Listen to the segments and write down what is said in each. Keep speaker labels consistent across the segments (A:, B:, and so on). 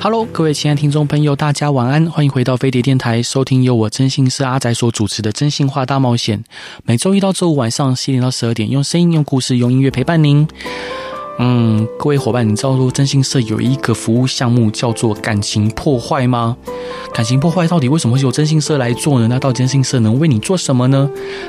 A: Hello，各位亲爱的听众朋友，大家晚安，欢迎回到飞碟电台，收听由我真心社阿仔所主持的《真心话大冒险》，每周一到周五晚上七点到十二点，用声音、用故事、用音乐陪伴您。嗯，各位伙伴，你知道说真心社有一个服务项目叫做感情破坏吗？感情破坏到底为什么会由真心社来做呢？那到底真心社能为你做什么呢？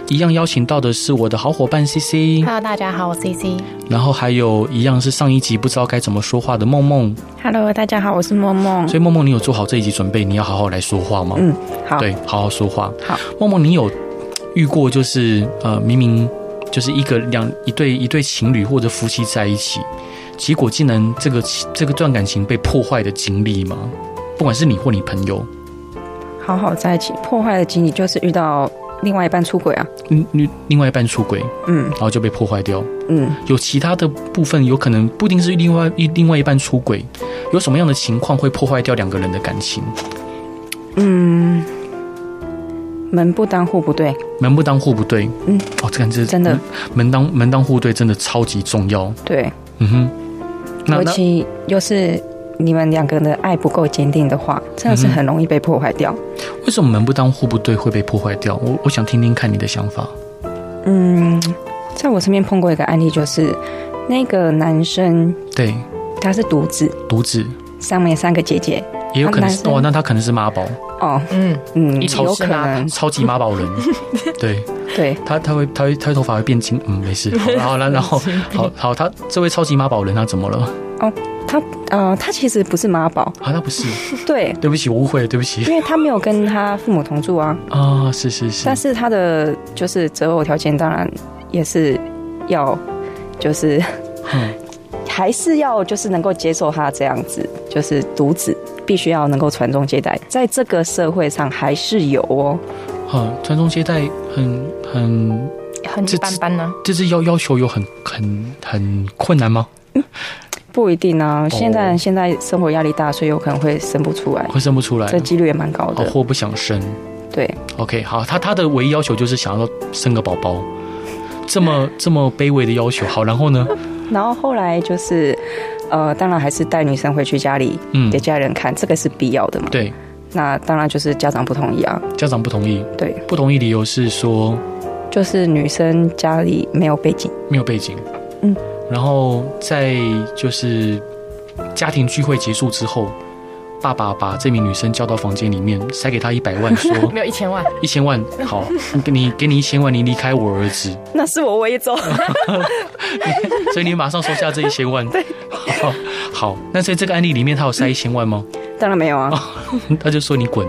A: 一样邀请到的是我的好伙伴 C C，
B: Hello，大家好，我 CC。
A: 然后还有一样是上一集不知道该怎么说话的梦梦。
B: Hello，大家好，我是梦梦。
A: 所以梦梦，你有做好这一集准备，你要好好来说话吗？
B: 嗯，好，
A: 对，好好说话。
B: 好，
A: 梦梦，你有遇过就是呃，明明就是一个两一对一对情侣或者夫妻在一起，结果竟然这个这个段感情被破坏的经历吗？不管是你或你朋友，
B: 好好在一起。破坏的经历就是遇到另外一半出轨啊。
A: 嗯，你另外一半出轨，
B: 嗯
A: 然后就被破坏掉。
B: 嗯，
A: 有其他的部分，有可能不一定是另外一另外一半出轨，有什么样的情况会破坏掉两个人的感情？
B: 嗯门不当户不对。
A: 门不当户不对，
B: 嗯，
A: 哦，这个这
B: 真的
A: 门门当门当户对真的超级重要，
B: 对，
A: 嗯哼，那
B: 尤
A: 那
B: 其又是你们两个人的爱不够坚定的话，真的是很容易被破坏掉。
A: 为什么门不当户不对会被破坏掉？我我想听听看你的想法，
B: 嗯，在我身边碰过一个案例，就是那个男生
A: 对，
B: 他是独子，
A: 独子
B: 上面三个姐姐。
A: 也有可能是
B: 啊男生
A: 哦，那他可能是妈宝，
B: 哦，
C: 嗯，
B: 嗯，
A: 超
B: 有可 能，
A: 超级妈宝 人，对
B: 对，
A: 他他会他会他会头发会变金，嗯，没 事，好，然后然后好好他这位超级妈宝人他怎么了？
B: 呃，他其实不是妈宝，
A: 啊，他不 是，
B: 对，
A: 对不起，我误会了，对不起
B: 因为他没有跟他父母同住啊。
A: 啊，是是是
B: 但，是他的就是择偶条件，当然也是要，就是
A: 嗯
B: 还是要就是能够接受他这样子，就是独子必须要能够传宗接代，在这个社会上还是有哦。
A: 啊，传宗接代很很
C: 很一般般呢、
A: 这是要要求有很很很困难吗？
B: 不一定
A: 哦
B: 啊，现在现在生活压力大，所以有可能会生不出来，
A: 会生不出来
B: 这，几率也蛮高
A: 哎哦，
B: 的。
A: 或不想生。
B: 对，
A: OK，好，他他的唯一要求就是想要生个宝宝，这么这么卑微的要求。好，然后 呢？
B: 然后后来就是，呃，当然还是带女生回去家里
A: 嗯
B: 给，家人看，这个是必要的嘛。
A: 对，
B: 那当然就是家长不同意啊，
A: 家长不同意，
B: 对，
A: 不同意理由是说
B: 就是女生家里没有背景。
A: 没有背景。
B: 嗯，
A: 然后在就是家庭聚会结束之后。爸爸把这名女生叫到房间里面，塞给她一百万， 说
C: 没有一千万，
A: 一千万，好，给你给你一千万，你离开我儿子。
B: 那是我威州，
A: 所以你马上收下这一千万。对，好， 好，那所以这个案例里面，他有塞一千万吗？
B: 当然没有
A: 哦
B: 啊，
A: 他就说你滚。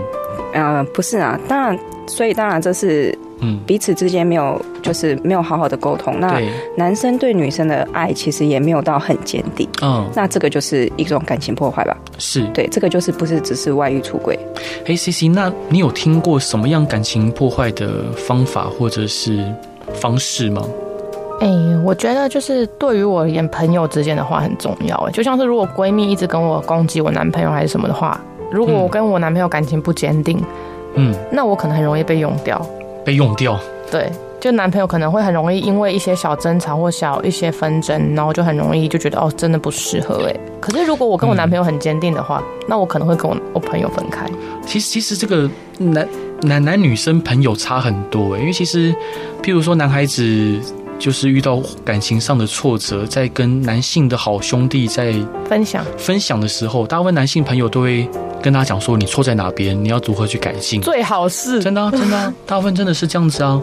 B: 呃，不是啊，当然，所以当然这是
A: 嗯，
B: 彼此之间没有，就是没有好好的沟通。那
A: 对，
B: 男生对女生的爱其实也没有到很坚定，
A: 嗯，
B: 那这个就是一种感情破坏吧？
A: 是。
B: 对，这个就是不是只是外遇出轨？
A: 哎，C C，那你有听过什么样感情破坏的方法或者是方式吗？
C: 哎、我觉得就是对于我而言，朋友之间的话很重要。哎，就像是如果闺蜜一直跟我攻击我男朋友还是什么的话，如果我跟我男朋友感情不坚定，
A: 嗯，
C: 那我可能很容易被用掉。
A: 被用掉。
C: 对，就男朋友可能会很容易因为一些小争吵或小一些纷争，然后就很容易就觉得哦，真的不适合哎。可是如果我跟我男朋友很坚定的话，那我可能会跟我我朋友分开。
A: 其实，其实这个男男男女生朋友差很多诶，因为其实，譬如说男孩子。就是遇到感情上的挫折，在跟男性的好兄弟在
C: 分享
A: 分享的时候，大部分男性朋友都会跟他讲说你错在哪边，你要如何去改进。
C: 最好是
A: 真的啊、真的啊、大部分真的是这样子啊，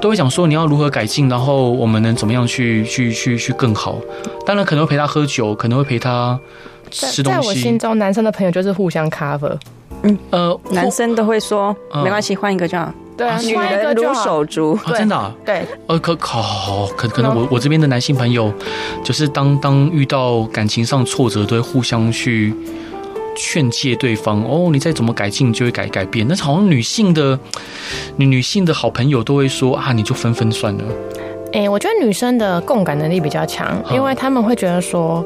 A: 都会讲说你要如何改进，然后我们能怎么样去去去去更好。当然可能会陪他喝酒，可能会陪他
C: 在
A: 吃
C: 在
A: 东
C: 我心
A: 西。
C: 中，男生的朋友就是互相 cover。
A: 呃，
B: 男生都会说
A: 嗯
B: 没关系，换一个就好，
C: 对啊，
A: 啊
B: 女
C: 换一个
B: 人
C: 就
B: 如
C: 好。
B: 手足。
A: 啊，真的、啊，
C: 对，
A: 呃，可可好，可可能
C: 嗯
A: 我我这边的男性朋友，就是当当遇到感情上挫折，都会互相去劝诫对方哦，你再怎么改进就会改改变。但是好像女性的女女性的好朋友都会说啊，你就分分算了。
C: 哎、我觉得女生的共感能力比较强，
A: 嗯
C: 因为她们会觉得说，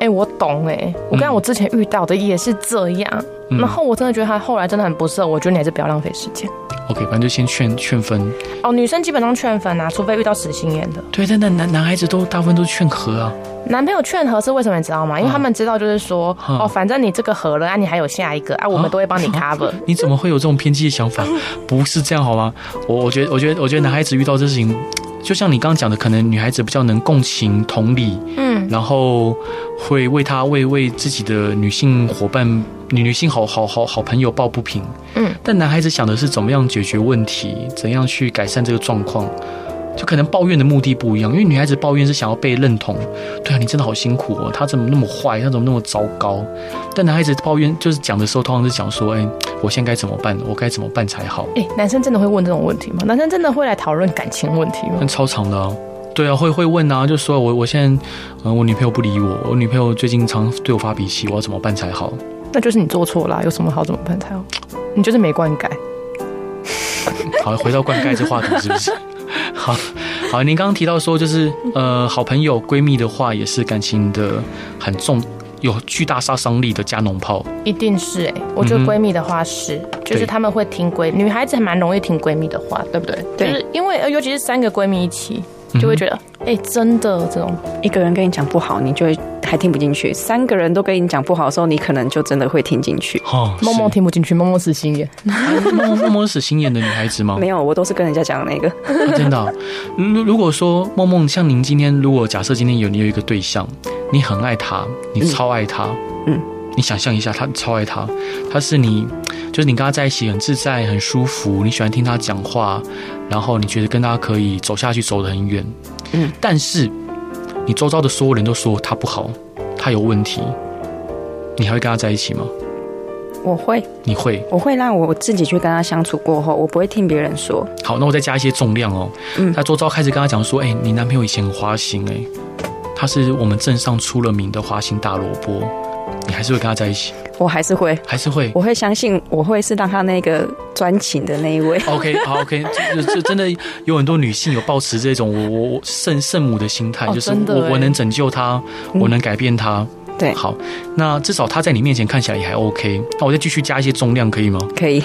C: 哎、我懂哎、我跟你讲
A: 嗯
C: 我之前遇到的也是这样，
A: 嗯
C: 然后我真的觉得她后来真的很不适合，我觉得你还是不要浪费时间。
A: OK，反正就先劝劝分。
C: 哦，女生基本上劝分啊，除非遇到死心眼的。
A: 对，但但男男孩子都大部分都是劝和啊。
C: 男朋友劝和是为什么你知道吗？因为他们知道就是说，
A: 嗯
C: 哦，反正你这个和了啊，你还有下一个啊，我们都会帮你 cover。
A: 你怎么会有这种偏激的想 法？不是这样好吗？我我觉得，我觉得，我觉得男孩子遇到这事情，就像你刚刚讲的，可能女孩子比较能共情、同理，
C: 嗯，
A: 然后会为他为为自己的女性伙伴、女女性好好好好朋友抱不平。
C: 嗯，
A: 但男孩子想的是怎么样解决问题，怎样去改善这个状况。就可能抱怨的目的不一样，因为女孩子抱怨是想要被认同，对啊，你真的好辛苦哦，他怎么那么坏，他怎么那么糟糕？但男孩子抱怨就是讲的时候，通常是讲说，哎、我现在该怎么办？我该怎么办才好？
C: 哎、男生真的会问这种问题吗？男生真的会来讨论感情问题吗
A: 但？超长的啊。对啊，会会问啊，就说我我现在，嗯、我女朋友不理我，我女朋友最近常对我发脾气，我要怎么办才好？
C: 那就是你做错了啊、有什么好怎么办才好？你就是没灌溉。
A: 好，回到灌溉这话题是不 是？好好，您刚刚提到说，就是呃，好朋友、闺蜜的话，也是感情的很重，有巨大杀伤力的加农炮。
C: 一定是哎、我觉得
A: 嗯哼
C: 闺蜜的话是，就是
A: 对
C: 她们会听闺，女孩子还蛮容易听闺蜜的话，对不对？
B: 对
C: 就是因为呃尤其是三个闺蜜一起，
A: 嗯
C: 就会觉得哎、欸真的这种，
B: 一个人跟你讲不好，你就会还听不进去；三个人都跟你讲不好的时候，你可能就真的会听进去。
A: 哦，
C: 梦梦听不进去，梦梦死心眼。
A: 是默默默默死心眼的女孩子吗？
B: 没有，我都是跟人家讲那个。
A: 啊真的啊、如如果说梦梦像您今天，如果假设今天有你有一个对象，你很爱他，你超爱他，
B: 嗯，
A: 你想象一下，他超爱他，他是你，就是你跟他在一起很自在、很舒服，你喜欢听他讲话，然后你觉得跟他可以走下去，走得很远，
B: 嗯，
A: 但是你周遭的所有人都说他不好，他有问题，你还会跟他在一起吗？
B: 我会，
A: 你会
B: 我会让我自己去跟他相处过后，我不会听别人说。
A: 好，那我再加一些重量哦。
B: 嗯
A: 他周遭开始跟他讲说，哎、你男朋友以前很花心、哎，他是我们镇上出了名的花心大萝卜，你还是会跟他在一起，
B: 我还是会，
A: 还是会。
B: 我会相信，我会是让他那个专情的那一位。
A: OK，好，OK，这 这这真的有很多女性有抱持这种我我我圣圣母的心态，
C: 哦
A: 就是
C: 真的
A: 我
C: 哎
A: 我能拯救他，
B: 欸嗯
A: 我能改变他。
B: 对
A: 好，那至少他在你面前看起来也还 OK。那我再继续加一些重量可以吗？
B: 可以，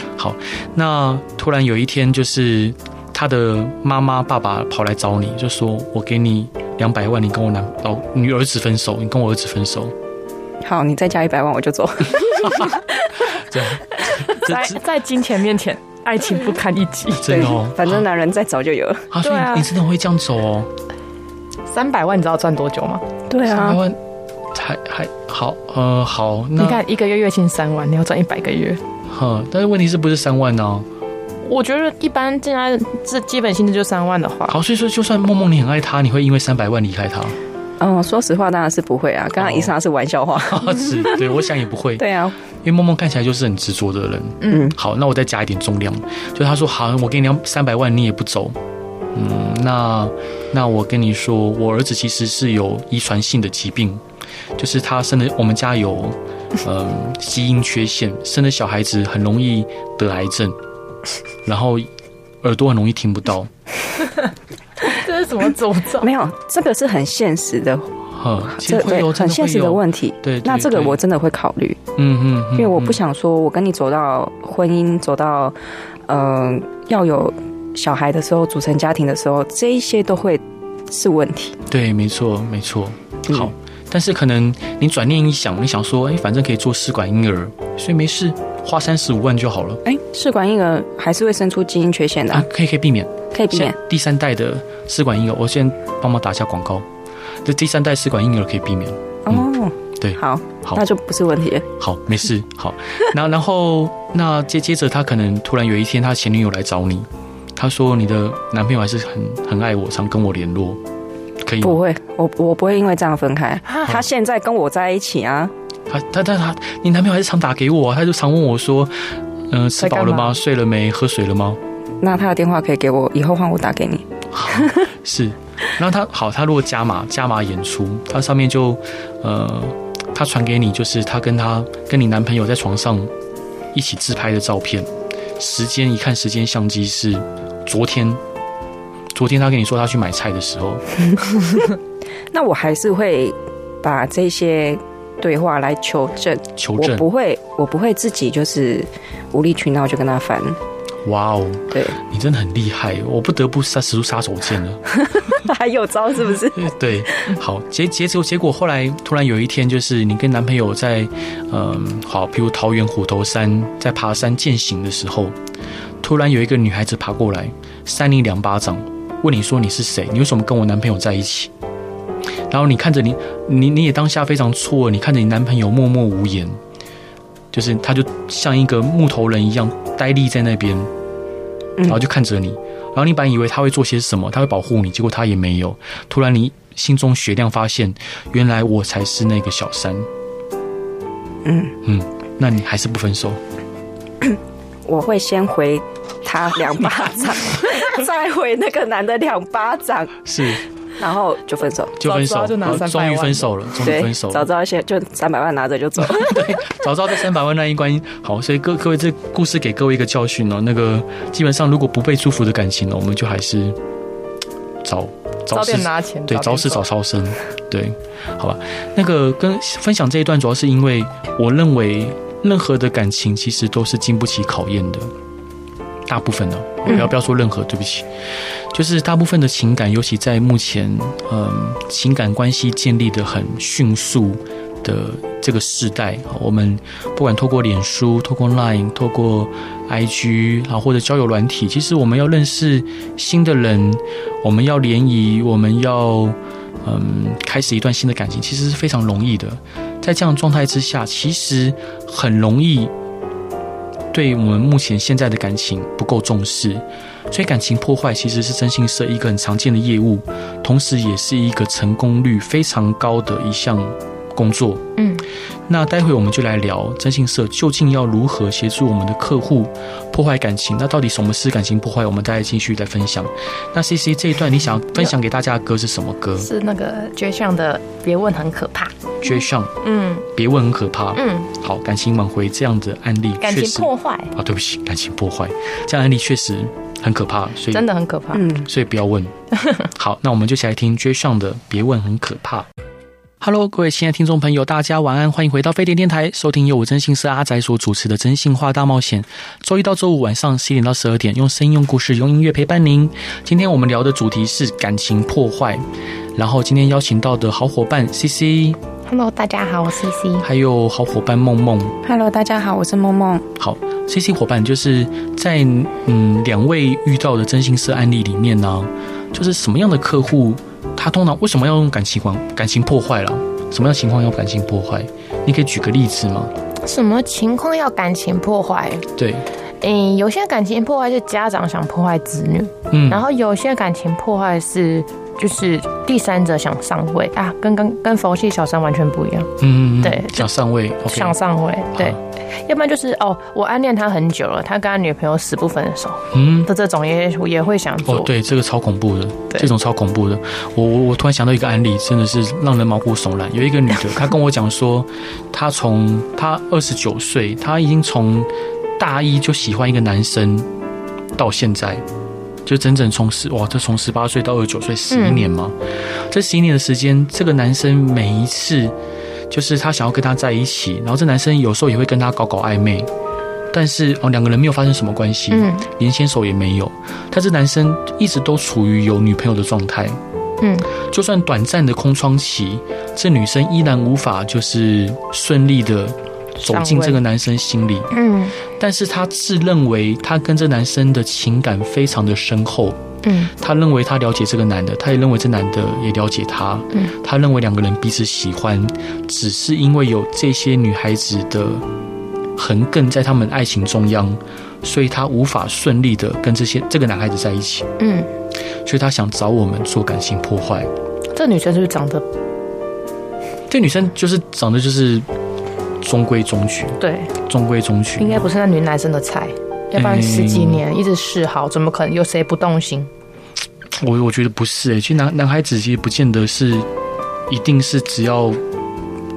A: 那突然有一天，就是他的妈妈、爸爸跑来找你，就说：“我给你两百万，你跟我男老女儿子分手，你跟我儿子分手。
B: 好，你再加一百万我就走。
A: 这 样”这
C: 在
A: 这
C: 在金钱面前，爱情不堪一击。
A: 真的哦，
B: 反正男人再找就有了。
A: 啊，所以
C: 对啊
A: 你真的会这样走哦？
C: 三百万你知道赚多久吗？
B: 对
A: 三
B: 啊
A: 百，万还还好呃好，
C: 你
A: 那
C: 看一个月月薪三万，你要赚一百个月。
A: 哼，但是问题是不是三万呢、
C: 我觉得一般现在这基本薪资就三万的话，
A: 好，所以说就算梦梦你很爱他，你会因为三百万离开他？
B: 嗯，说实话当然是不会啊。
A: 哦
B: 刚刚以上是玩 笑话。
A: 是，对，我想也不会，
B: 对啊，
A: 因为梦梦看起来就是很执着的人。
B: 嗯，
A: 好，那我再加一点重量，就他说好，我给你两三百万，你也不走。嗯，那那我跟你说，我儿子其实是有遗传性的疾病，就是他生的，我们家有嗯基因缺陷，生的小孩子很容易得癌症，然后耳朵很容易听不到。
C: 这是什么诅咒？
B: 嗯没有，这个是很现实的，
A: 呵，其实
B: 这
A: 会
B: 对
A: 有，真
B: 很
A: 的
B: 现
A: 会
B: 实的
A: 有。
B: 问题。
A: 对，
B: 那
A: 对
B: 这个
A: 对
B: 我真的会考虑，
A: 嗯嗯，
B: 因为我
A: 嗯
B: 不想说，我跟你走到婚姻，走到嗯、要有小孩的时候，组成家庭的时候，这一些都会是问题。
A: 对，没错，没错。
B: 嗯
A: 好，但是可能你转念一想，你想说，哎，反正可以做试管婴儿，所以没事，花三十五万就好了。
B: 哎，试管婴儿还是会生出基因缺陷的
A: 啊，
B: 啊、
A: 可以可以避免。
B: 可以避
A: 现
B: 免
A: 在。第三代的试管婴儿，我先帮忙打一下广告。这第三代试管婴儿可以避免。
B: 哦，
A: 嗯对
B: 好，
A: 好
B: 那就不是问题了。
A: 好，没事。 好，然后然后那接接着，他可能突然有一天，他前女友来找你，他说你的男朋友还是很很爱我，常跟我联络，可以
B: 不
A: 吗？
B: 会，我我不会因为这样分开。
A: 啊
B: 他现在跟我在一起啊，
A: 他他他他，你男朋友还是常打给我、啊，他就常问我说，嗯、吃
C: 在干
A: 饱了
C: 嘛
A: 吗？睡了没？喝水了吗？
B: 那他的电话可以给我，以后换我打给你。
A: 是，然后他好，他如果加码加码演出，他上面就呃她传给你就是她跟她跟你男朋友在床上一起自拍的照片，时间一看时间相机是昨天，昨天她跟你说她去买菜的时候，
B: 那我还是会把这些对话来求证，
A: 求
B: 我
A: 证，
B: 不会，我不会自己就是无理取闹就跟他翻。
A: 哇哦，
B: 对，
A: 你真的很厉害，哦我不得不杀使出杀手锏了。
B: 还有招是不是？
A: 对，好结结结结果后来突然有一天，就是你跟男朋友在，嗯，好，比如桃园虎头山在爬山践行的时候，突然有一个女孩子爬过来，扇你两巴掌，问你说你是谁，你为什么跟我男朋友在一起？然后你看着你，你你也当下非常错愕，你看着你男朋友默默无言，就是他就像一个木头人一样呆立在那边，然后就看着你，然后你本来以为他会做些什么，他会保护你，结果他也没有。突然你心中雪亮，发现原来我才是那个小三。
B: 嗯
A: 嗯，那你还是不分手？
B: 我会先回他两巴 掌，再回那个男的两巴掌，
A: 是
B: 然后就分手。
A: 就分手，
C: 早知道就拿
A: 好
C: 300
A: 终于分手了，终于
B: 对
A: 分手，
B: 早
A: 了。
B: 知道先就三百万拿着就走。
A: 早知道在三百万那一关，好，所以各各位这故事给各位一个教训哦。那个基本上如果不被祝福的感情呢，我们就还是早 早
C: 早
A: 事
C: 点拿钱，
A: 对，早
C: 点
A: 死
C: 走
A: 早超生，对，好吧。那个跟分享这一段，主要是因为我认为任何的感情其实都是经不起考验的，大部分呢、我
C: 嗯
A: 不要不要说任何，对不起，就是大部分的情感，尤其在目前，嗯、情感关系建立的很迅速的这个时代，我们不管透过脸书、透过 Line、透过 IG 啊，或者交友软体，其实我们要认识新的人，我们要联谊，我们要嗯开始一段新的感情，其实是非常容易的。在这样的状态之下，其实很容易对我们目前现在的感情不够重视，所以感情破坏其实是征信社一个很常见的业务，同时也是一个成功率非常高的一项工作。
C: 嗯，
A: 那待会我们就来聊征信社究竟要如何协助我们的客户破坏感情。那到底什么是感情破坏？我们再继续来分享。那 C C 这一段你想要分享给大家的歌是什么歌？
C: 是那个倔强的，别问很可怕。
A: 绝唱，
C: 嗯
A: 别问很可怕。
C: 嗯，
A: 好，感情挽回这样的案例，
C: 感
A: 确
C: 情
A: 实
C: 破坏
A: 啊，对不起，感情破坏这样的案例确实很可怕，所以
C: 真的很可怕。
B: 嗯，
A: 所以不要 问。好，那我们就一起来听 J 上的《别问很可怕》。Hello，各位亲爱的听众朋友，大家晚安，欢迎回到飞碟电台，收听由我真心社阿仔所主持的《真心话大冒险》。周一到周五晚上十点到十二点，用声音、用故事、用音乐陪伴您。今天我们聊的主题是感情破坏，然后今天邀请到的好伙伴 C C，
C: Hello，大家好，我是 C。
A: 还有好伙伴梦梦。
B: Hello，大家好，我是梦梦。
A: 好，C C 伙伴，就是在嗯两位遇到的真心社案例里面呢、就是什么样的客户，他通常为什么要用感情管感情破坏了？什么样的情况要感情破坏？你可以举个例子吗？
C: 什么情况要感情破坏？
A: 对，
C: 嗯，有些感情破坏是家长想破坏子女，
A: 嗯，
C: 然后有些感情破坏是就是第三者想上位啊，跟跟跟佛系小三完全不一样，
A: 嗯，嗯嗯
C: 对
A: 想上位，OK，
C: 想上位，对
A: 好，
C: 要不然就是哦，我暗恋他很久了，他跟他女朋友死不分手
A: 嗯。
C: 的这种也也会想做，
A: 哦，对，这个超恐怖的，
C: 对
A: 这种超恐怖的。我我我突然想到一个案例，真的是让人毛骨悚然。有一个女的，她跟我讲说，她从她二十九岁，她已经从大一就喜欢一个男生，到现在，就整整从十哇，这从十八岁到二十九岁，十一
C: 嗯
A: 年嘛。这十一年的时间，这个男生每一次就是她想要跟他在一起，然后这男生有时候也会跟她搞搞暧昧，但是哦，两个人没有发生什么关系。
C: 嗯
A: 连牵手也没有。但是男生一直都处于有女朋友的状态，
C: 嗯，
A: 就算短暂的空窗期，这女生依然无法就是顺利的走进这个男生心里。
C: 嗯
A: 但是她自认为她跟这男生的情感非常的深厚，
C: 嗯
A: 她认为她了解这个男的，她也认为这男的也了解她。
C: 嗯，
A: 她认为两个人彼此喜欢，只是因为有这些女孩子的横亘在他们爱情中央，所以她无法顺利的跟这些这个男孩子在一起，
C: 嗯，
A: 所以她想找我们做感情破坏。
C: 这女生是不是长得
A: 这女生就是长得就是中规中矩，
C: 对？
A: 中规中矩
C: 应。该不是那女男生的菜，要不然十几年一直示好，怎么可能有谁不动心？
A: 欸我我觉得不是诶、其实男男孩子其实不见得是，一定是只要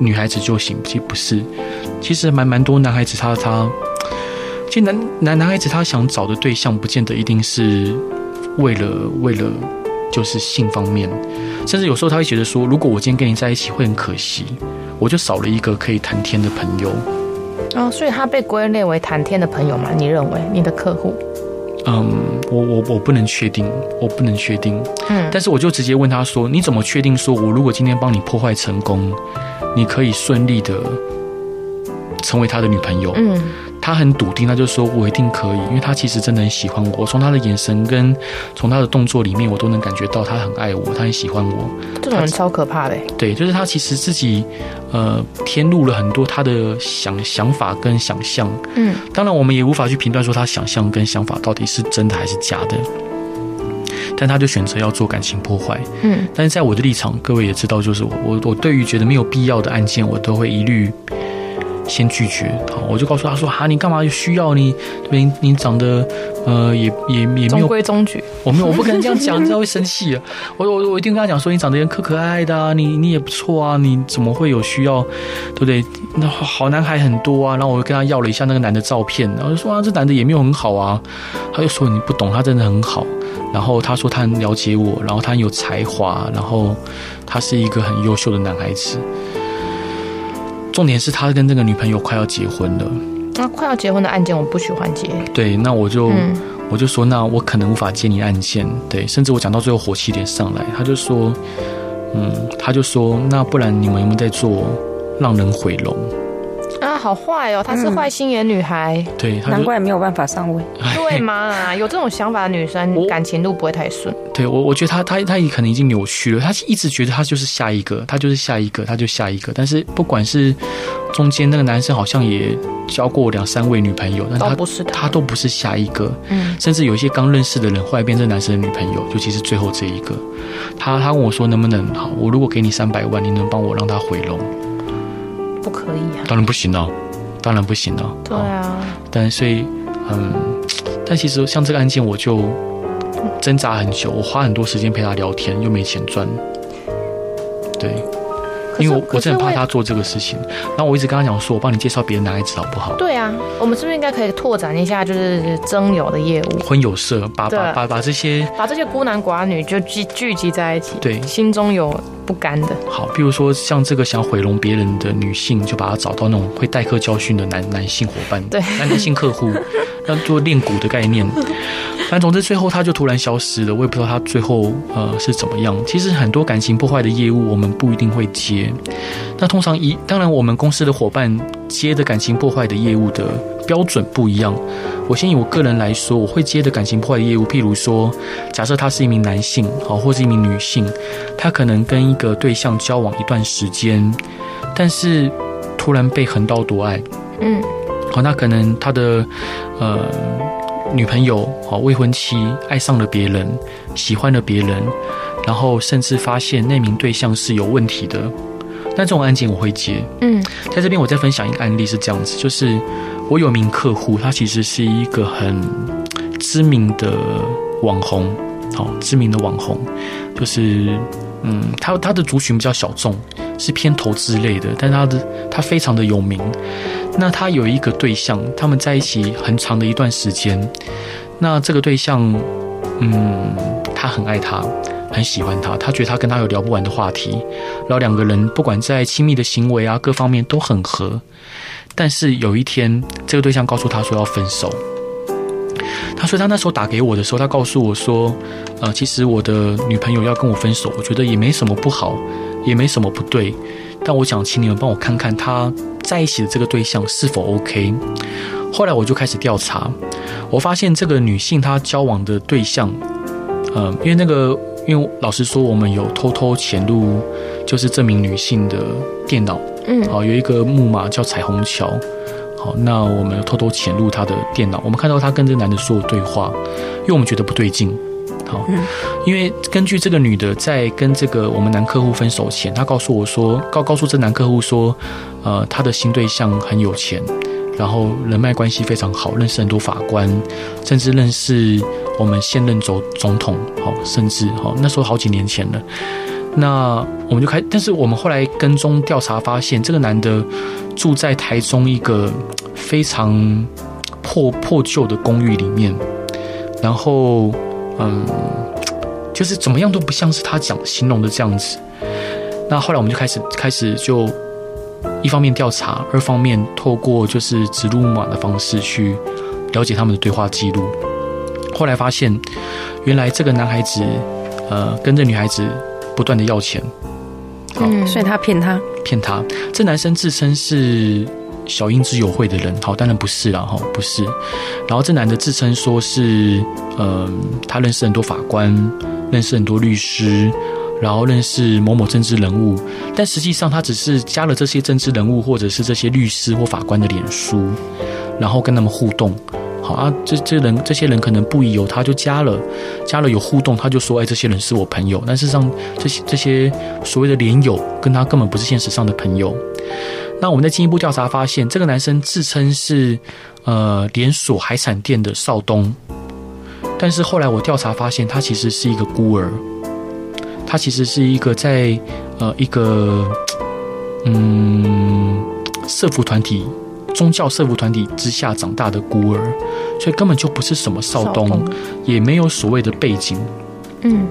A: 女孩子就行，其实不是，其实蛮蛮多男孩子他他，其实男男男孩子他想找的对象，不见得一定是为了为了就是性方面，甚至有时候他会觉得说，如果我今天跟你在一起会很可惜，我就少了一个可以谈天的朋友。
C: 哦，所以他被归类为谈天的朋友嘛？你认为你的客户？
A: 嗯，我我我不能确定，我不能确定。
C: 嗯
A: 但是我就直接问他说：“你怎么确定说我如果今天帮你破坏成功，你可以顺利的成为他的女朋友？”
C: 嗯，
A: 他很笃定，他就说：“我一定可以，因为他其实真的很喜欢我。我从他的眼神跟从他的动作里面，我都能感觉到他很爱我，他很喜欢我。
C: 这种人超可怕的欸。
A: 对，就是他其实自己呃添入了很多他的想想法跟想象。
C: 嗯，
A: 当然，我们也无法去评断说他想象跟想法到底是真的还是假的。”但他就选择要做感情破坏，
C: 嗯
A: 但是在我的立场，各位也知道，就是我我我对于觉得没有必要的案件，我都会一律先拒绝。好，我就告诉他说：“哈，你干嘛需要你？对你你长得呃也也也没
C: 中
A: 有，
C: 规中矩。
A: 我没有，我不可能这样讲，这样会生气 啊！我我我一定跟他讲说，你长得也可可爱爱的啊，你你也不错啊，你怎么会有需要，对不对？那好男孩很多啊。然后我就跟他要了一下那个男的照片，然后就说啊，这男的也没有很好啊。他就说你不懂，他真的很好。然后他说他很了解我，然后他很有才华，然后他是一个很优秀的男孩子。重点是他跟这个女朋友快要结婚了，
C: 那啊快要结婚的案件我不喜欢接。
A: 对，那我就。
C: 嗯
A: 我就说，那我可能无法接你案件，对，甚至我讲到最后火气有点上来，他就说，嗯，他就说，那不然你们有没有在做让人毁容？
C: 啊，好坏哦，她是坏心眼女孩，
A: 对，他
B: 难
A: 就哎
B: 怪没有办法上位。
A: 嗯
C: 对嘛？有这种想法的女生
A: 我
C: 感情路不会太顺。
A: 对我，我觉得他他他也可能已经扭曲了，他一直觉得他就是下一个，他就是下一个，他就下一个，但是不管是中间那个男生好像也交过两三位女朋友，但
C: 都
A: 他
C: 不是她
A: 他都不是下一个，
C: 嗯
A: 甚至有一些刚认识的人后来变成男生的女朋友，尤其是最后这一个，他他问我说能不能好，我如果给你三百万，你能帮我让他回笼？
C: 不可以啊。
A: 当然不行了、当然不行了、
C: 对
A: 好
C: 啊，
A: 但所以嗯，但其实像这个案件，我就挣扎很久，我花很多时间陪他聊天，又没钱赚，对。
C: 可是
A: 因为我
C: 可
A: 我
C: 是
A: 真的很怕
C: 为
A: 他做这个事情，然后我一直跟他讲说，我帮你介绍别的男孩子好不好？
C: 对啊，我们是不是应该可以拓展一下，就是征友的业务，
A: 婚友社，把把
C: 对
A: 把把这些
C: 把这些孤男寡女就聚聚集在一起，
A: 对
C: 心中有不甘的，
A: 好，比如说像这个想毁容别人的女性，就把她找到那种会代课教训的男男性伙伴，
C: 对
A: 男男性客户，要做练骨的概念。但总之最后他就突然消失了，我也不知道他最后呃是怎么样。其实很多感情破坏的业务，我们不一定会接。那通常一当然我们公司的伙伴接的感情破坏的业务的标准不一样。我先以我个人来说，我会接的感情破坏的业务，譬如说，假设他是一名男性，好，或是一名女性，他可能跟一个对象交往一段时间，但是突然被横刀夺爱，
C: 嗯，
A: 好，那可能他的呃女朋友好未婚妻爱上了别人，喜欢了别人，然后甚至发现那名对象是有问题的。那这种案件我会接，
C: 嗯，
A: 在这边我再分享一个案例是这样子，就是我有名客户，他其实是一个很知名的网红，好、知名的网红，就是嗯，他他的族群比较小众，是偏投资类的，但他的他非常的有名。那他有一个对象，他们在一起很长的一段时间。那这个对象，嗯，他很爱他，很喜欢他，他觉得他跟他有聊不完的话题，然后两个人不管在亲密的行为啊各方面都很合。但是有一天，这个对象告诉他说要分手。他说他那时候打给我的时候，他告诉我说，呃，其实我的女朋友要跟我分手，我觉得也没什么不好，也没什么不对，但我想请你们帮我看看他在一起的这个对象是否 OK。后来我就开始调查，我发现这个女性她交往的对象，呃，因为那个，因为老实说，我们有偷偷潜入，就是这名女性的电脑，
C: 嗯
A: 好、有一个木马叫彩虹桥，好，那我们偷偷潜入她的电脑，我们看到她跟这个男的所有对话，因为我们觉得不对劲。好，因为根据这个女的在跟这个我们男客户分手前，她告诉我说，告告诉这男客户说，呃，她的新对象很有钱，然后人脉关系非常好，认识很多法官，甚至认识我们现任总总统，好、甚至好、那时候好几年前了。那我们就开，但是我们后来跟踪调查发现，这个男的住在台中一个非常破破旧的公寓里面，然后嗯，就是怎么样都不像是他讲形容的这样子。那后来我们就开始开始就一方面调查，二方面透过就是指路马的方式去了解他们的对话记录。后来发现，原来这个男孩子呃跟这女孩子不断的要钱，好
C: 嗯
D: 所以他骗他，
A: 骗她。这男生自称是小英之友会的人，好，当然不是啦，哈，不是。然后这男的自称说是，嗯、他认识很多法官，认识很多律师，然后认识某某政治人物，但实际上他只是加了这些政治人物或者是这些律师或法官的脸书，然后跟他们互动。好啊，这这人这些人可能不疑有他，就加了，加了有互动，他就说，哎，这些人是我朋友。但事实上，这些这些所谓的连友，跟他根本不是现实上的朋友。那我们在进一步调查发现，这个男生自称是呃连锁海产店的少东，但是后来我调查发现，他其实是一个孤儿，他其实是一个在呃一个嗯社服团体。宗教社服团体之下长大的孤儿，所以根本就不是什么少东，
C: 少
A: 也没有所谓的背景。
C: 嗯，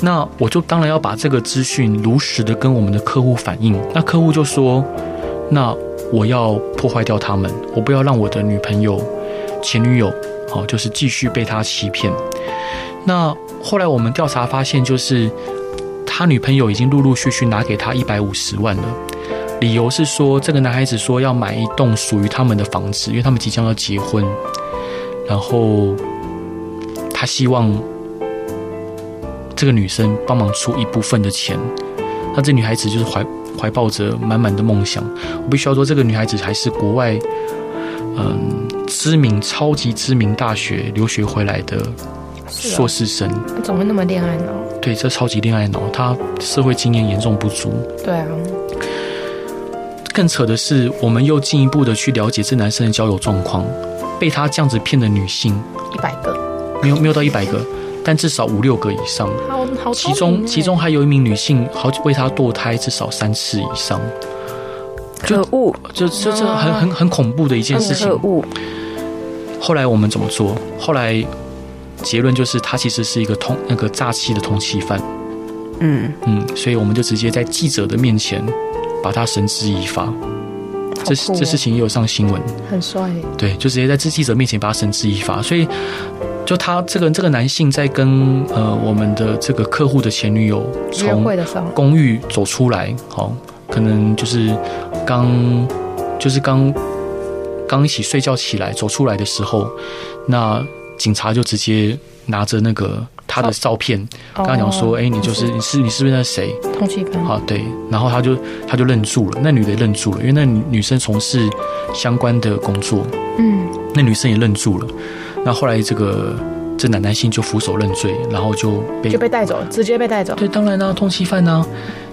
A: 那我就当然要把这个资讯如实的跟我们的客户反映。那客户就说：“那我要破坏掉他们，我不要让我的女朋友、前女友，好、就是继续被他欺骗。”那后来我们调查发现，就是他女朋友已经陆陆续续拿给他一百五十万了。理由是说，这个男孩子说要买一栋属于他们的房子，因为他们即将要结婚，然后他希望这个女生帮忙出一部分的钱。那这女孩子就是怀怀抱着满满的梦想。我必须要说，这个女孩子还是国外，嗯，知名超级知名大学留学回来的
C: 是
A: 硕
C: 啊，
A: 士生。
C: 怎么会那么恋爱脑？
A: 对，这超级恋爱脑，她社会经验严重不足。
C: 对啊，
A: 更扯的是，我们又进一步的去了解这男生的交友状况。被他这样子骗的女性，
C: 一百个，
A: 没有没有到一百个，但至少五六个以上。
C: 好好欸
A: 其中其中还有一名女性，好几为他堕胎至少三次以上，
B: 可恶，
A: 这这
C: 哦
A: 这很很很恐怖的一件事情
B: 可。恶，
A: 后来我们怎么做？后来结论就是，他其实是一个通那个诈欺的通缉犯。
B: 嗯，
A: 嗯，所以我们就直接在记者的面前把他绳之以法。这
C: 好酷哦
A: 这事情也有上新闻，
C: 很帅，
A: 对，就直接在这记者面前把他绳之以法。所以，就他这个这个男性在跟呃我们的这个客户的前女友
C: 约
A: 从
C: 会的时候，
A: 公寓走出来，好，可能就是刚就是刚刚一起睡觉起来走出来的时候，那警察就直接拿着那个他的照片，
C: 刚
A: 跟他讲说，哎、你就是你是你是不是那谁？
C: 哦通缉犯，
A: 啊，对，然后他就他就愣住了，那女的也愣住了，因为那女女生从事相关的工作，
C: 嗯，
A: 那女生也愣住了。那后来这个这男男性就俯首认罪，然后就被
C: 就被带走，直接被带走，
A: 对，当然啦、通缉犯啊，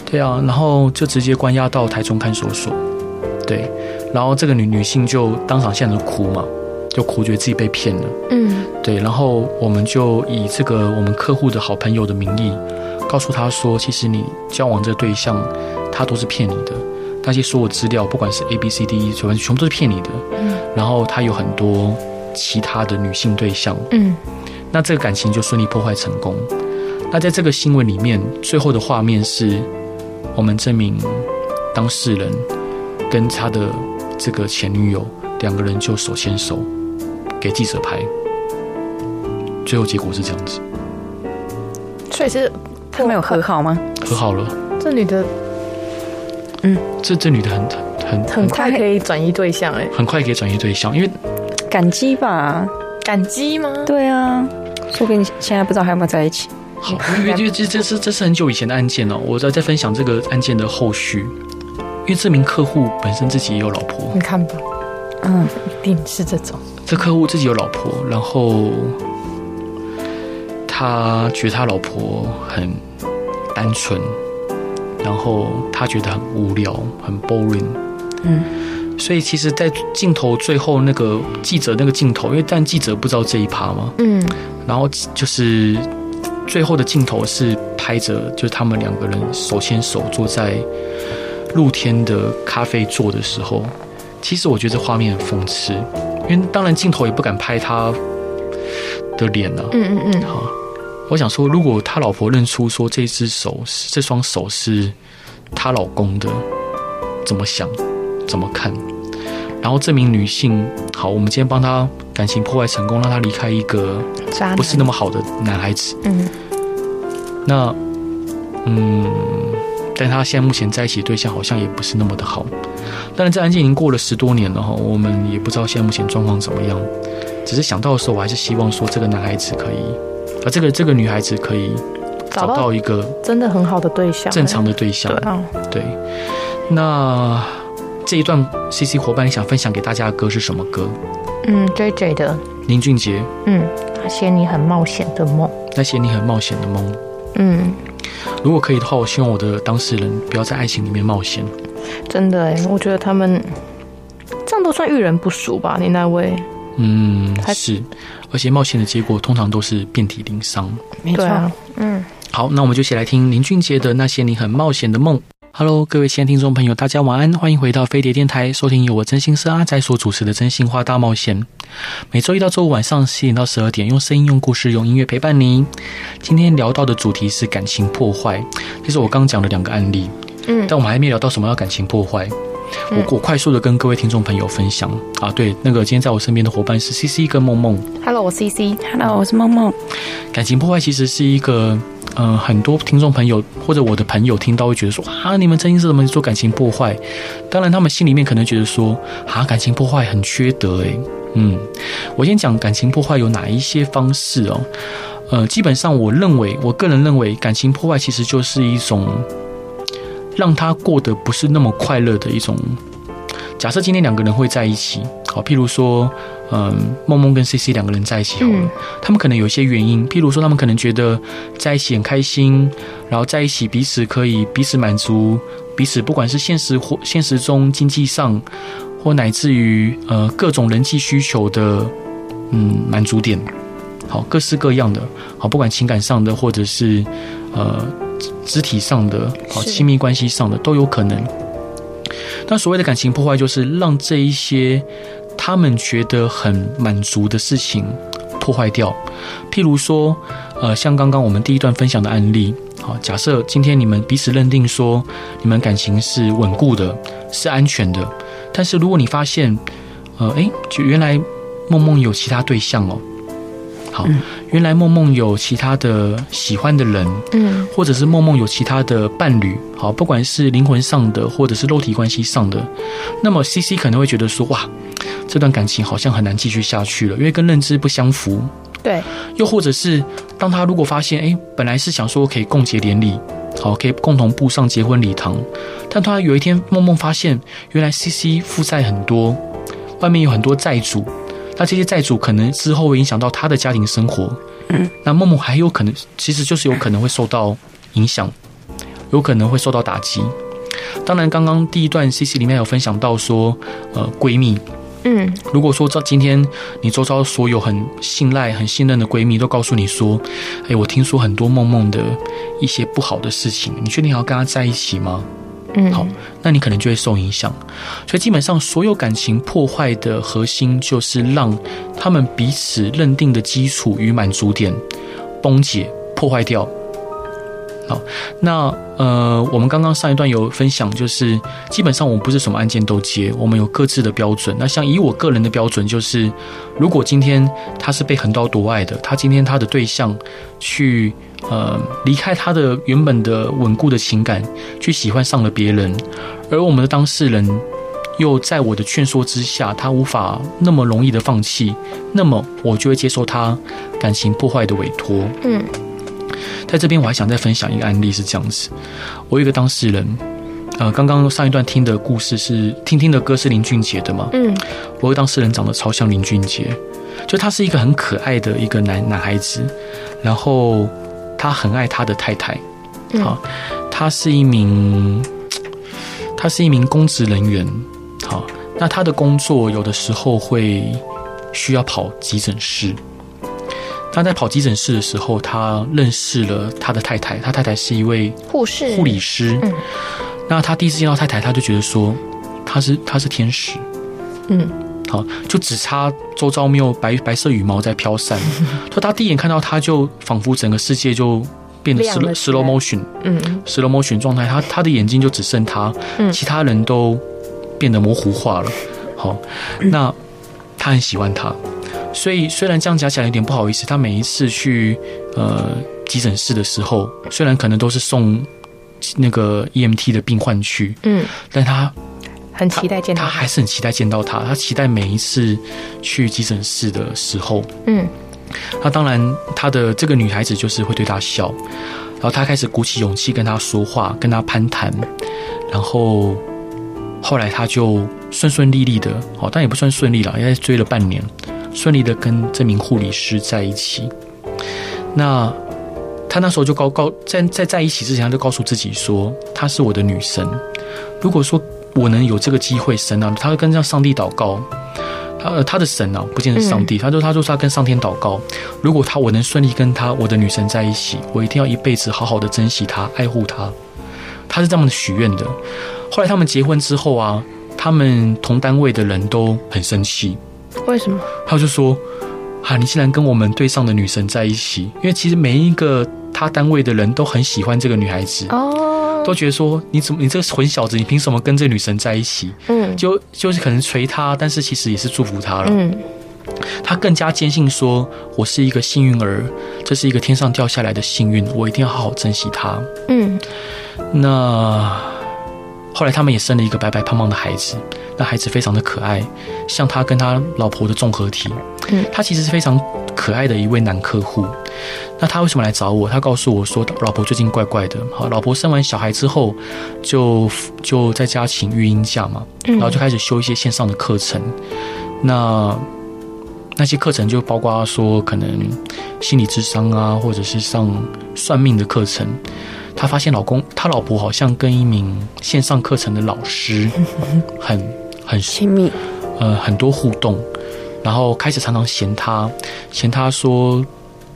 A: 对啊，然后就直接关押到台中看守所，对，然后这个女女性就当场现场就哭嘛，就哭觉得自己被骗了，
C: 嗯，
A: 对，然后我们就以这个我们客户的好朋友的名义，告诉他说，其实你交往这个对象，他都是骗你的，那些所有资料，不管是 A B C D E，全部全部都是骗你的，然后他有很多其他的女性对象，
C: 嗯，
A: 那这个感情就顺利破坏成功。那在这个新闻里面，最后的画面是我们证明当事人跟他的这个前女友两个人就手牵手给记者拍，最后结果是这样子，
C: 所以是
B: 他们有和好吗？
A: 和好了。
C: 这女的
A: 这这女的很很很
C: 很快可以转移对象，哎，
A: 很快可以转移对象，因为
B: 感激吧，
C: 感激吗？
B: 对啊，说不定现在不知道还有没有在一起。
A: 好，因为因为这这是这是很久以前的案件哦，我在在分享这个案件的后续，因为这名客户本身自己也有老婆，
C: 你看吧，
B: 嗯，
C: 一定是这种，
A: 这客户自己有老婆，然后他觉得他老婆很单纯，然后他觉得很无聊，很 boring。
B: 嗯，
A: 所以其实，在镜头最后那个记者那个镜头，因为但记者不知道这一趴嘛，
C: 嗯，
A: 然后就是最后的镜头是拍着就是他们两个人手牵手坐在露天的咖啡座的时候，其实我觉得这画面很讽刺，因为当然镜头也不敢拍他的脸啊。
C: 嗯嗯嗯，
A: 好，我想说，如果他老婆认出说这只手是这双手是她老公的，怎么想，怎么看？然后这名女性，好，我们今天帮她感情破坏成功，让她离开一个
C: 渣男
A: 不是那么好的男孩子。
C: 嗯
A: 那，嗯，但他现在目前在一起的对象好像也不是那么的好。当然，这案件已经过了十多年了哈，我们也不知道现在目前状况怎么样。只是想到的时候，我还是希望说这个男孩子可以，啊，这个这个女孩子可以
C: 找
A: 找
C: 到
A: 到一个
C: 真的很好的对象，
A: 正常的对象
C: 对。啊，
A: 对，那这一段 C C 伙伴，你想分享给大家的歌是什么歌？
C: 嗯，J J 的，
A: 林俊杰
C: 嗯，那些你很冒险的梦，
A: 那些你很冒险的梦。
C: 嗯，
A: 如果可以的话，我希望我的当事人不要在爱情里面冒险。
C: 真的哎，我觉得他们这样都算遇人不淑吧？你那位，
A: 嗯，
C: 还
A: 是，而且冒险的结果通常都是遍体鳞伤。
B: 没
C: 对啊，
A: 好，那我们就一起来听林俊杰的《那些你很冒险的梦》。Hello，各位亲爱的听众朋友，大家晚安，欢迎回到飞碟电台，收听由我真心是阿仔所主持的《真心话大冒险》。每周一到周五晚上七点到十二点，用声音、用故事、用音乐陪伴你。今天聊到的主题是感情破坏，这是我刚讲的两个案例，
C: 嗯，
A: 但我们还没聊到什么叫感情破坏。我我快速的跟各位听众朋友分享啊，对，那个今天在我身边的伙伴是 C C 跟梦梦，
C: ，Hello，我 C C，
B: Hello，我是梦梦。
A: 感情破坏其实是一个，呃，很多听众朋友或者我的朋友听到会觉得说啊，你们真心是怎么做感情破坏？当然，他们心里面可能觉得说啊，感情破坏很缺德诶。嗯，我先讲感情破坏有哪一些方式哦。呃，基本上我认为，我个人认为，感情破坏其实就是一种让他过得不是那么快乐的一种。假设今天两个人会在一起，好，譬如说，嗯、梦梦跟 C C 两个人在一起好了，
C: 嗯
A: 他们可能有一些原因，譬如说他们可能觉得在一起很开心，然后在一起彼此可以彼此满足，彼此不管是现实或现实中经济上，或乃至于呃各种人际需求的嗯满足点，好各式各样的，好不管情感上的或者是呃肢肢体上的，好
C: 是
A: 亲密关系上的都有可能。那所谓的感情破坏，就是让这一些他们觉得很满足的事情破坏掉。譬如说，呃，像刚刚我们第一段分享的案例，好，假设今天你们彼此认定说你们感情是稳固的，是安全的，但是如果你发现，呃，诶，就原来梦梦有其他对象哦，好，原来梦梦有其他的喜欢的人，
C: 嗯
A: 或者是梦梦有其他的伴侣，好，不管是灵魂上的或者是肉体关系上的，那么 C C 可能会觉得说，哇，这段感情好像很难继续下去了，因为跟认知不相符。
C: 对，
A: 又或者是当他如果发现，哎，本来是想说可以共结连理，好，可以共同步上结婚礼堂，但突然有一天梦梦发现，原来 C C 负债很多，外面有很多债主，那这些债主可能之后会影响到他的家庭生活，
B: 嗯，
A: 那梦梦还有可能，其实就是有可能会受到影响，有可能会受到打击。当然，刚刚第一段 C C 里面有分享到说，呃，闺蜜，
C: 嗯
A: 如果说这今天你周遭所有很信赖、很信任的闺蜜都告诉你说：“哎，我听说很多梦梦的一些不好的事情，你确定还要跟她在一起吗？”
C: 嗯，
A: 好，那你可能就会受影响。所以基本上，所有感情破坏的核心就是让他们彼此认定的基础与满足点崩解、破坏掉。好，那呃，我们刚刚上一段有分享，就是基本上我们不是什么案件都接，我们有各自的标准。那像以我个人的标准，就是如果今天他是被横刀夺爱的，他今天他的对象去呃离开他的原本的稳固的情感，去喜欢上了别人，而我们的当事人又在我的劝说之下，他无法那么容易的放弃，那么我就会接受他感情破坏的委托。
C: 嗯，
A: 在这边我还想再分享一个案例是这样子，我有一个当事人，呃，刚刚上一段听的故事是听听的歌是林俊杰的嘛，
C: 嗯
A: 我有个当事人长得超像林俊杰，就他是一个很可爱的一个男男孩子，然后他很爱他的太太，
C: 嗯
A: 好，他是一名他是一名公职人员，好，那他的工作有的时候会需要跑急诊室，他在跑急诊室的时候，他认识了他的太太，他太太是一位
C: 护士、
A: 护理师。
C: 嗯
A: 那他第一次见到太太，他就觉得说，她是她是天使，
C: 嗯，
A: 好，就只差周遭没有白白色羽毛在飘 散。就他第一眼看到她，就仿佛整个世界就变得
C: 亮
A: slow
C: 了起来
A: slow motion
C: 嗯
A: slow motion 状态，他他的眼睛就只剩他，
C: 嗯
A: 其他人都变得模糊化了。好，那他很喜欢他，所以虽然这样讲起来有点不好意思，他每一次去呃急诊室的时候，虽然可能都是送那个 EMT 的病患去，
C: 嗯，
A: 但他
C: 很期待见到
A: 他还是很期待见到他，他期待每一次去急诊室的时候，
C: 嗯
A: 那当然，他的这个女孩子就是会对他笑，然后他开始鼓起勇气跟他说话，跟他攀谈，然后后来他就顺顺利利的，哦，但也不算顺利了，应该追了半年，顺利的跟这名护理师在一起。那他那时候就告告在在在一起之前，他就告诉自己说，她是我的女神。如果说我能有这个机会，神啊，他会跟上上帝祷告。他呃他的神啊，不见得是上帝，他说他说他跟上天祷告，如果他我能顺利跟他我的女神在一起，我一定要一辈子好好的珍惜她、爱护她。他是这么许愿的。后来他们结婚之后啊，他们同单位的人都很生气，
C: 为什么？
A: 他就说：“啊，你竟然跟我们队上的女神在一起！”因为其实每一个他单位的人都很喜欢这个女孩子，
C: 哦，
A: 都觉得说：“你怎么你这个混小子，你凭什么跟这女神在一起
C: 嗯？”
A: 就就是可能捶他，但是其实也是祝福他了。
C: 嗯
A: 他更加坚信说：“我是一个幸运儿，这是一个天上掉下来的幸运，我一定要好好珍惜它。
C: 嗯，”
A: 那后来他们也生了一个白白胖胖的孩子，那孩子非常的可爱，像他跟他老婆的综合体。
C: 嗯
A: 他其实是非常可爱的一位男客户。那他为什么来找我？他告诉我说，老婆最近怪怪的。好，老婆生完小孩之后，就就在家请育婴假嘛，
C: 嗯
A: 然后就开始修一些线上的课程。那那些课程就包括说，可能心理智商啊，或者是上算命的课程。她发现老公，她老婆好像跟一名线上课程的老师很很
B: 亲密，
A: 呃很多互动，然后开始常常嫌他，嫌他说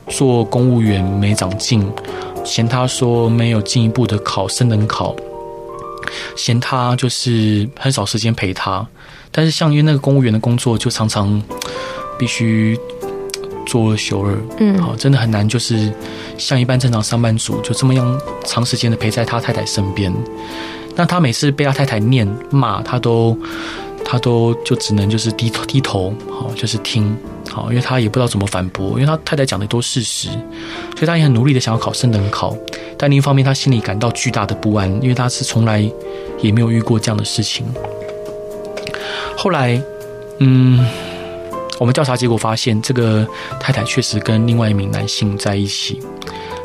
A: 做公务员没长进，嫌他说没有进一步的考升等考，嫌他就是很少时间陪他。但是像因为那个公务员的工作，就常常必须做二休二，
C: 嗯
A: 好，真的很难，就是像一般正常上班族，就这么样长时间的陪在他太太身边。那他每次被他太太念骂，他都他都就只能就是低头低头，好，就是听，好，因为他也不知道怎么反驳，因为他太太讲的都是事实，所以他也很努力的想要考升等考，但另一方面他心里感到巨大的不安，因为他是从来也没有遇过这样的事情。后来，嗯，我们调查结果发现，这个太太确实跟另外一名男性在一起，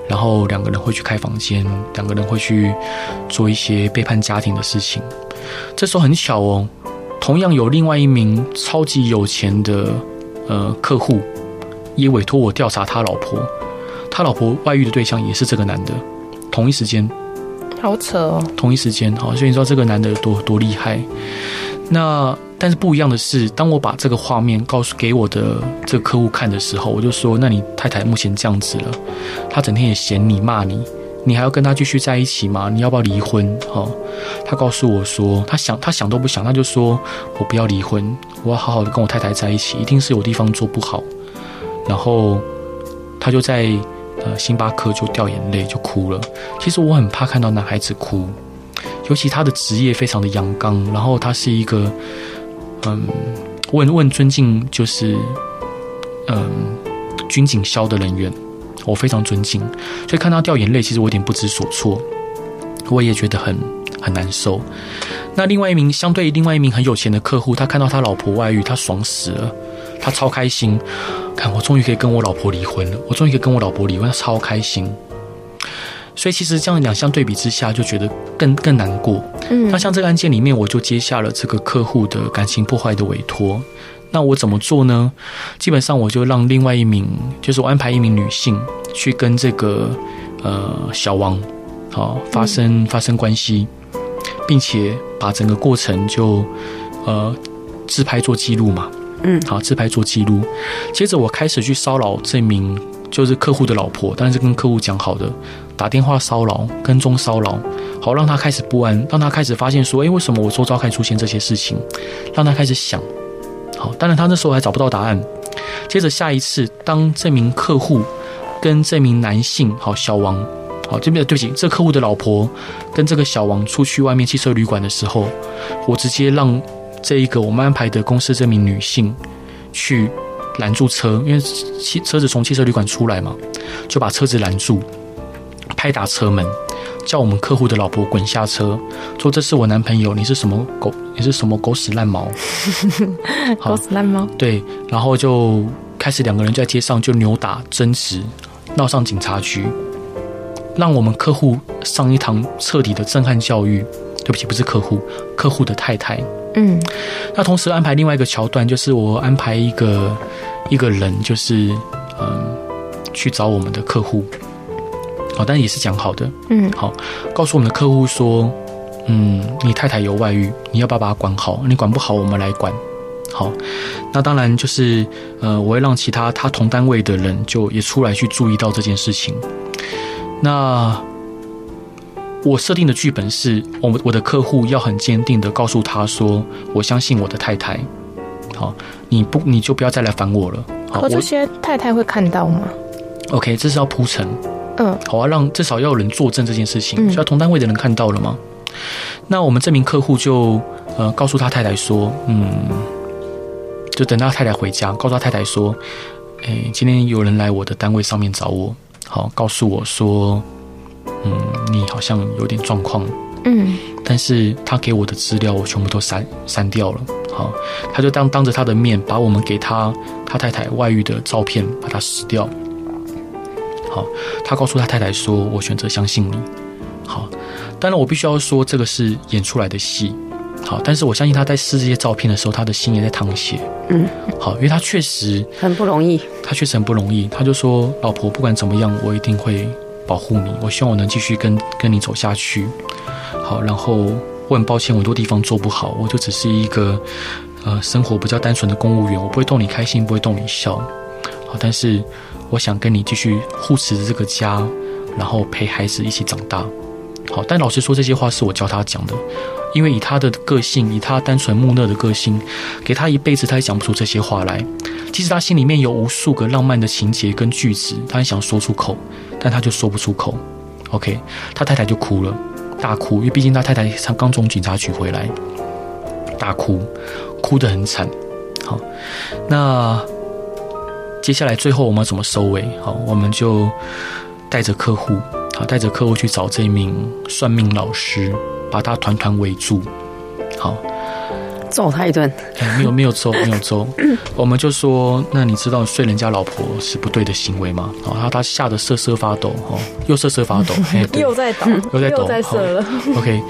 A: 然后两个人会去开房间，两个人会去做一些背叛家庭的事情。这时候很巧哦，同样有另外一名超级有钱的呃客户，也委托我调查他老婆，他老婆外遇的对象也是这个男的，同一时间。
C: 好扯哦，
A: 同一时间，好，所以你知道这个男的有多多厉害。那但是不一样的是，当我把这个画面告诉给我的这个客户看的时候，我就说：那你太太目前这样子了，她整天也嫌你骂你，你还要跟她继续在一起吗？你要不要离婚？哦，她告诉我说，她想她想都不想，她就说我不要离婚，我要好好的跟我太太在一起，一定是有地方做不好。然后她就在呃星巴克就掉眼泪就哭了。其实我很怕看到男孩子哭，尤其他的职业非常的阳刚，然后他是一个，嗯，问问尊敬就是，嗯，军警消的人员，我非常尊敬，所以看他掉眼泪，其实我有点不知所措，我也觉得很很难受。那另外一名相对另外一名很有钱的客户，他看到他老婆外遇，他爽死了，他超开心，看我终于可以跟我老婆离婚了，我终于可以跟我老婆离婚，他超开心。所以其实这样两相对比之下，就觉得更更难过。
C: 嗯
A: 那像这个案件里面，我就接下了这个客户的感情破坏的委托。那我怎么做呢？基本上我就让另外一名，就是我安排一名女性去跟这个呃小王，好、发生发生关系，并且把整个过程就呃自拍做记录嘛。
B: 嗯
A: 好，自拍做记录。接着我开始去骚扰这名就是客户的老婆，当然是跟客户讲好的，打电话骚扰、跟踪骚扰，好让他开始不安，让他开始发现说，诶，为什么我周遭开始出现这些事情，让他开始想。好，当然他那时候还找不到答案。接着下一次，当这名客户跟这名男性，好小王，好这边的对不起，这客户的老婆跟这个小王出去外面汽车旅馆的时候，我直接让这一个我们安排的公司这名女性去拦住车，因为汽车子从汽车旅馆出来嘛，就把车子拦住，拍打车门，叫我们客户的老婆滚下车，说这是我男朋友，你是什么狗，你是什么狗屎烂毛，好
C: 狗屎烂猫，
A: 对，然后就开始两个人就在街上就扭打争执，闹上警察局，让我们客户上一堂彻底的震撼教育。对不起，不是客户，客户的太太。
C: 嗯，
A: 那同时安排另外一个桥段，就是我安排一个一个人，就是嗯，去找我们的客户，好、但也是讲好的，
C: 嗯，
A: 好，告诉我们的客户说，嗯，你太太有外遇，你要不要把她管好？你管不好，我们来管。好，那当然就是呃，我会让其他他同单位的人就也出来去注意到这件事情。那我设定的剧本是，我们我的客户要很坚定的告诉他说，我相信我的太太。好，你不你就不要再来烦我了。好，
C: 可这
A: 我
C: 些太太会看到吗？
A: OK，这是要铺陈。
C: 嗯，
A: 好啊，让至少要有人作证这件事情，
C: 嗯
A: 所以同单位的人看到了嘛。那我们这名客户就呃告诉他太太说，嗯，就等到太太回家，告诉他太太说，诶、今天有人来我的单位上面找我，好，告诉我说，嗯，你好像有点状况，
C: 嗯，
A: 但是他给我的资料我全部都删删掉了。好，他就当当着他的面把我们给他他太太外遇的照片把它撕掉。好，他告诉他太太说：“我选择相信你。”好，当然我必须要说这个是演出来的戏。好，但是我相信他在撕这些照片的时候，他的心也在淌血。
B: 嗯，
A: 好，因为他确实
B: 很不容易。
A: 他确实很不容易，他就说：“老婆，不管怎么样，我一定会保护你。我希望我能继续跟跟你走下去。”好，然后我很抱歉，我很多地方做不好，我就只是一个呃生活比较单纯的公务员，我不会逗你开心，不会逗你笑。好，但是我想跟你继续护持着这个家，然后陪孩子一起长大。好，但老实说，这些话是我教他讲的，因为以他的个性，以他单纯木讷的个性，给他一辈子，他也讲不出这些话来。即使他心里面有无数个浪漫的情节跟句子，他很想说出口，但他就说不出口。OK，他太太就哭了，大哭，因为毕竟他太太才刚从警察局回来，大哭，哭得很惨。好，那接下来最后我们要怎么收尾？好，我们就带着客户，好，带着客户去找这名算命老师，把他团团围住。好，
B: 揍他一顿，
A: 哎，没有没有揍，没有揍。我们就说，那你知道睡人家老婆是不对的行为吗？哦，然后他吓得瑟瑟发抖，哦，又瑟瑟发抖，哎，对
C: 在抖，
A: 又在抖好
C: 了，
A: OK，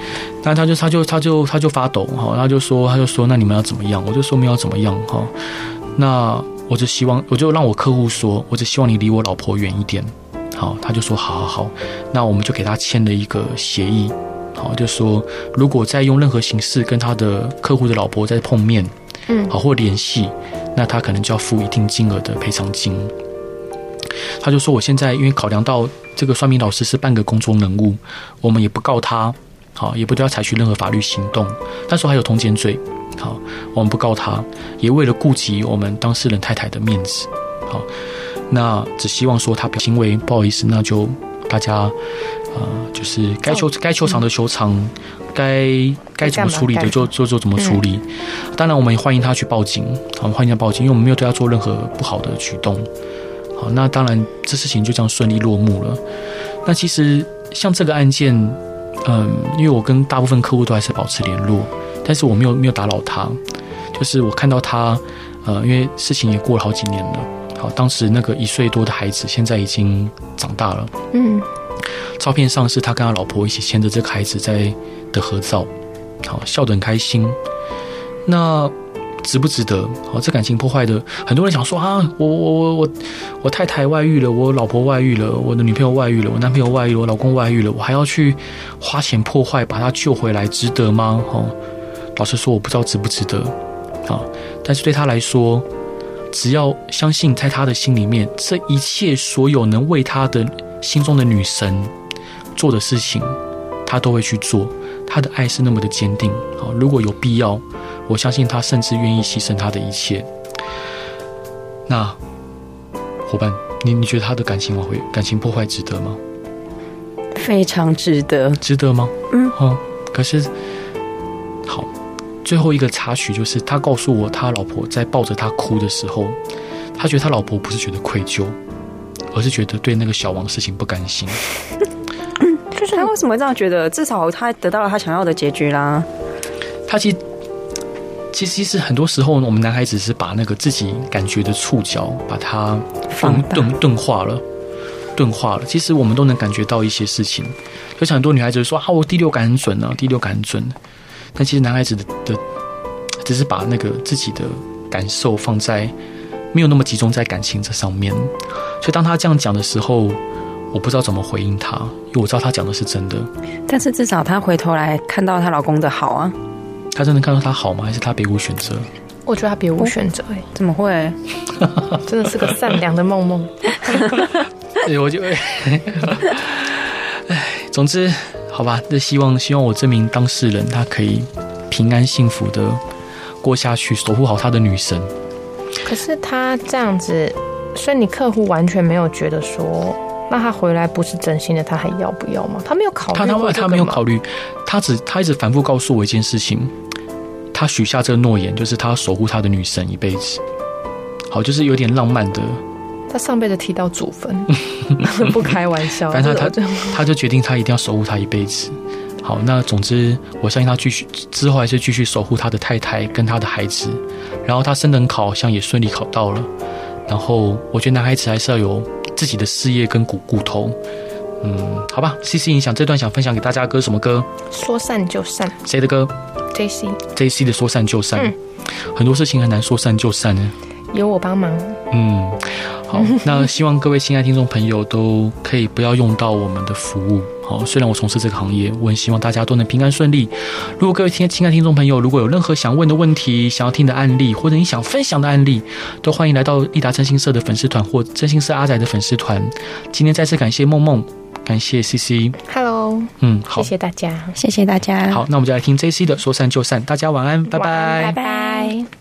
A: 那他就他就他就他就发抖哈，他就说他就说那你们要怎么样？我就说没有怎么样哈。那我就希望我就让我客户说，我只希望你离我老婆远一点。好，他就说好好好，那我们就给他签了一个协议，好，就说如果再用任何形式跟他的客户的老婆再碰面，
C: 嗯
A: 好或联系，那他可能就要付一定金额的赔偿金。他就说我现在因为考量到这个算命老师是半个公众人物，我们也不告他，好，也不对他采取任何法律行动。那时候还有通奸罪，好，我们不告他，也为了顾及我们当事人太太的面子，好，那只希望说他表行为不好意思，那就大家。呃，就是该求该求偿的求偿，该该怎么处理的就就就怎么处理。当然，我们也欢迎他去报警，好，欢迎他报警，因为我们没有对他做任何不好的举动。好，那当然，这事情就这样顺利落幕了。那其实像这个案件，嗯，因为我跟大部分客户都还是保持联络，但是我没有没有打扰他，就是我看到他，呃，因为事情也过了好几年了。好，当时那个一岁多的孩子现在已经长大了，
C: 嗯，
A: 照片上是他跟他老婆一起牵着这个孩子在的合照，好笑得很开心。那值不值得？好，这感情破坏的，很多人想说啊，我我我我我太太外遇了，我老婆外遇了，我的女朋友外遇了，我男朋友外遇了，我老公外遇了，我还要去花钱破坏把他救回来，值得吗？哦，老实说，我不知道值不值得啊。但是对他来说，只要相信在他的心里面，这一切所有能为他的心中的女神做的事情，他都会去做。他的爱是那么的坚定。好，如果有必要，我相信他甚至愿意牺牲他的一切。那伙伴，你你觉得他的感情挽回、感情破坏值得吗？
B: 非常值得。
A: 值得吗？
B: 嗯，
A: 哦，可是好，最后一个插曲就是他告诉我，他老婆在抱着他哭的时候，他觉得他老婆不是觉得愧疚，而是觉得对那个小王事情不甘心。
C: 就是
B: 他为什么会这样觉得？至少他得到了他想要的结局啦。
A: 他其实其实是很多时候呢，我们男孩子是把那个自己感觉的触角把它钝
B: 放大
A: 钝钝化了。钝化了，其实我们都能感觉到一些事情，就像很多女孩子说啊，我第六感很准啊，第六感很准。但其实男孩子的的只是把那个自己的感受放在没有那么集中在感情这上面，所以当他这样讲的时候，我不知道怎么回应他，因为我知道他讲的是真的。
B: 但是至少她回头来看到她老公的好啊，
A: 他真的看到他好吗？还是他别无选择？
C: 我觉得他别无选择、哎，
B: 怎么会？
C: 真的是个善良的梦 梦。
A: 对，我就， 哎，总之，好吧，那希望希望我这名当事人他可以平安幸福的过下去，守护好他的女神。
C: 哦可是他这样子，所以你客户完全没有觉得说，那他回来不是真心的，他还要不要吗？他没有考虑
A: 他他
C: 过这个
A: 他没有
C: 吗
A: 考虑，他只他一直反复告诉我一件事情，他许下这个诺言，就是他要守护他的女神一辈子。好，就是有点浪漫的，
C: 他上辈子提到祖 坟，不开玩笑。
A: 反正 他
C: 这
A: 他就决定他一定要守护她一辈子。好，那总之，我相信他继续之后还是继续守护他的太太跟他的孩子，然后他升等考好像也顺利考到了。然后我觉得男孩子还是要有自己的事业跟骨骨头。嗯，好吧，C C 影响这段想分享给大家的歌是什么歌？
C: 说散就散
A: 谁的歌
C: ，J C
A: ？J C 的说散就散，
C: 嗯
A: 很多事情很难说散就散呢。
C: 有我帮忙，
A: 嗯， 好，那希望各位亲爱听众朋友都可以不要用到我们的服务。好，虽然我从事这个行业，我很希望大家都能平安顺利。如果各位亲亲爱听众朋友，如果有任何想问的问题、想要听的案例，或者你想分享的案例，都欢迎来到益达真心社的粉丝团或真心社阿仔的粉丝团。今天再次感谢梦梦，感谢 CC。
C: ，Hello，
A: 嗯，
C: 谢
A: 好，
C: 谢大家，
B: 谢谢大家。
A: 好，那我们就来听 JC 的说散就散，大家晚安，拜
C: 晚
A: 拜
C: 安拜拜。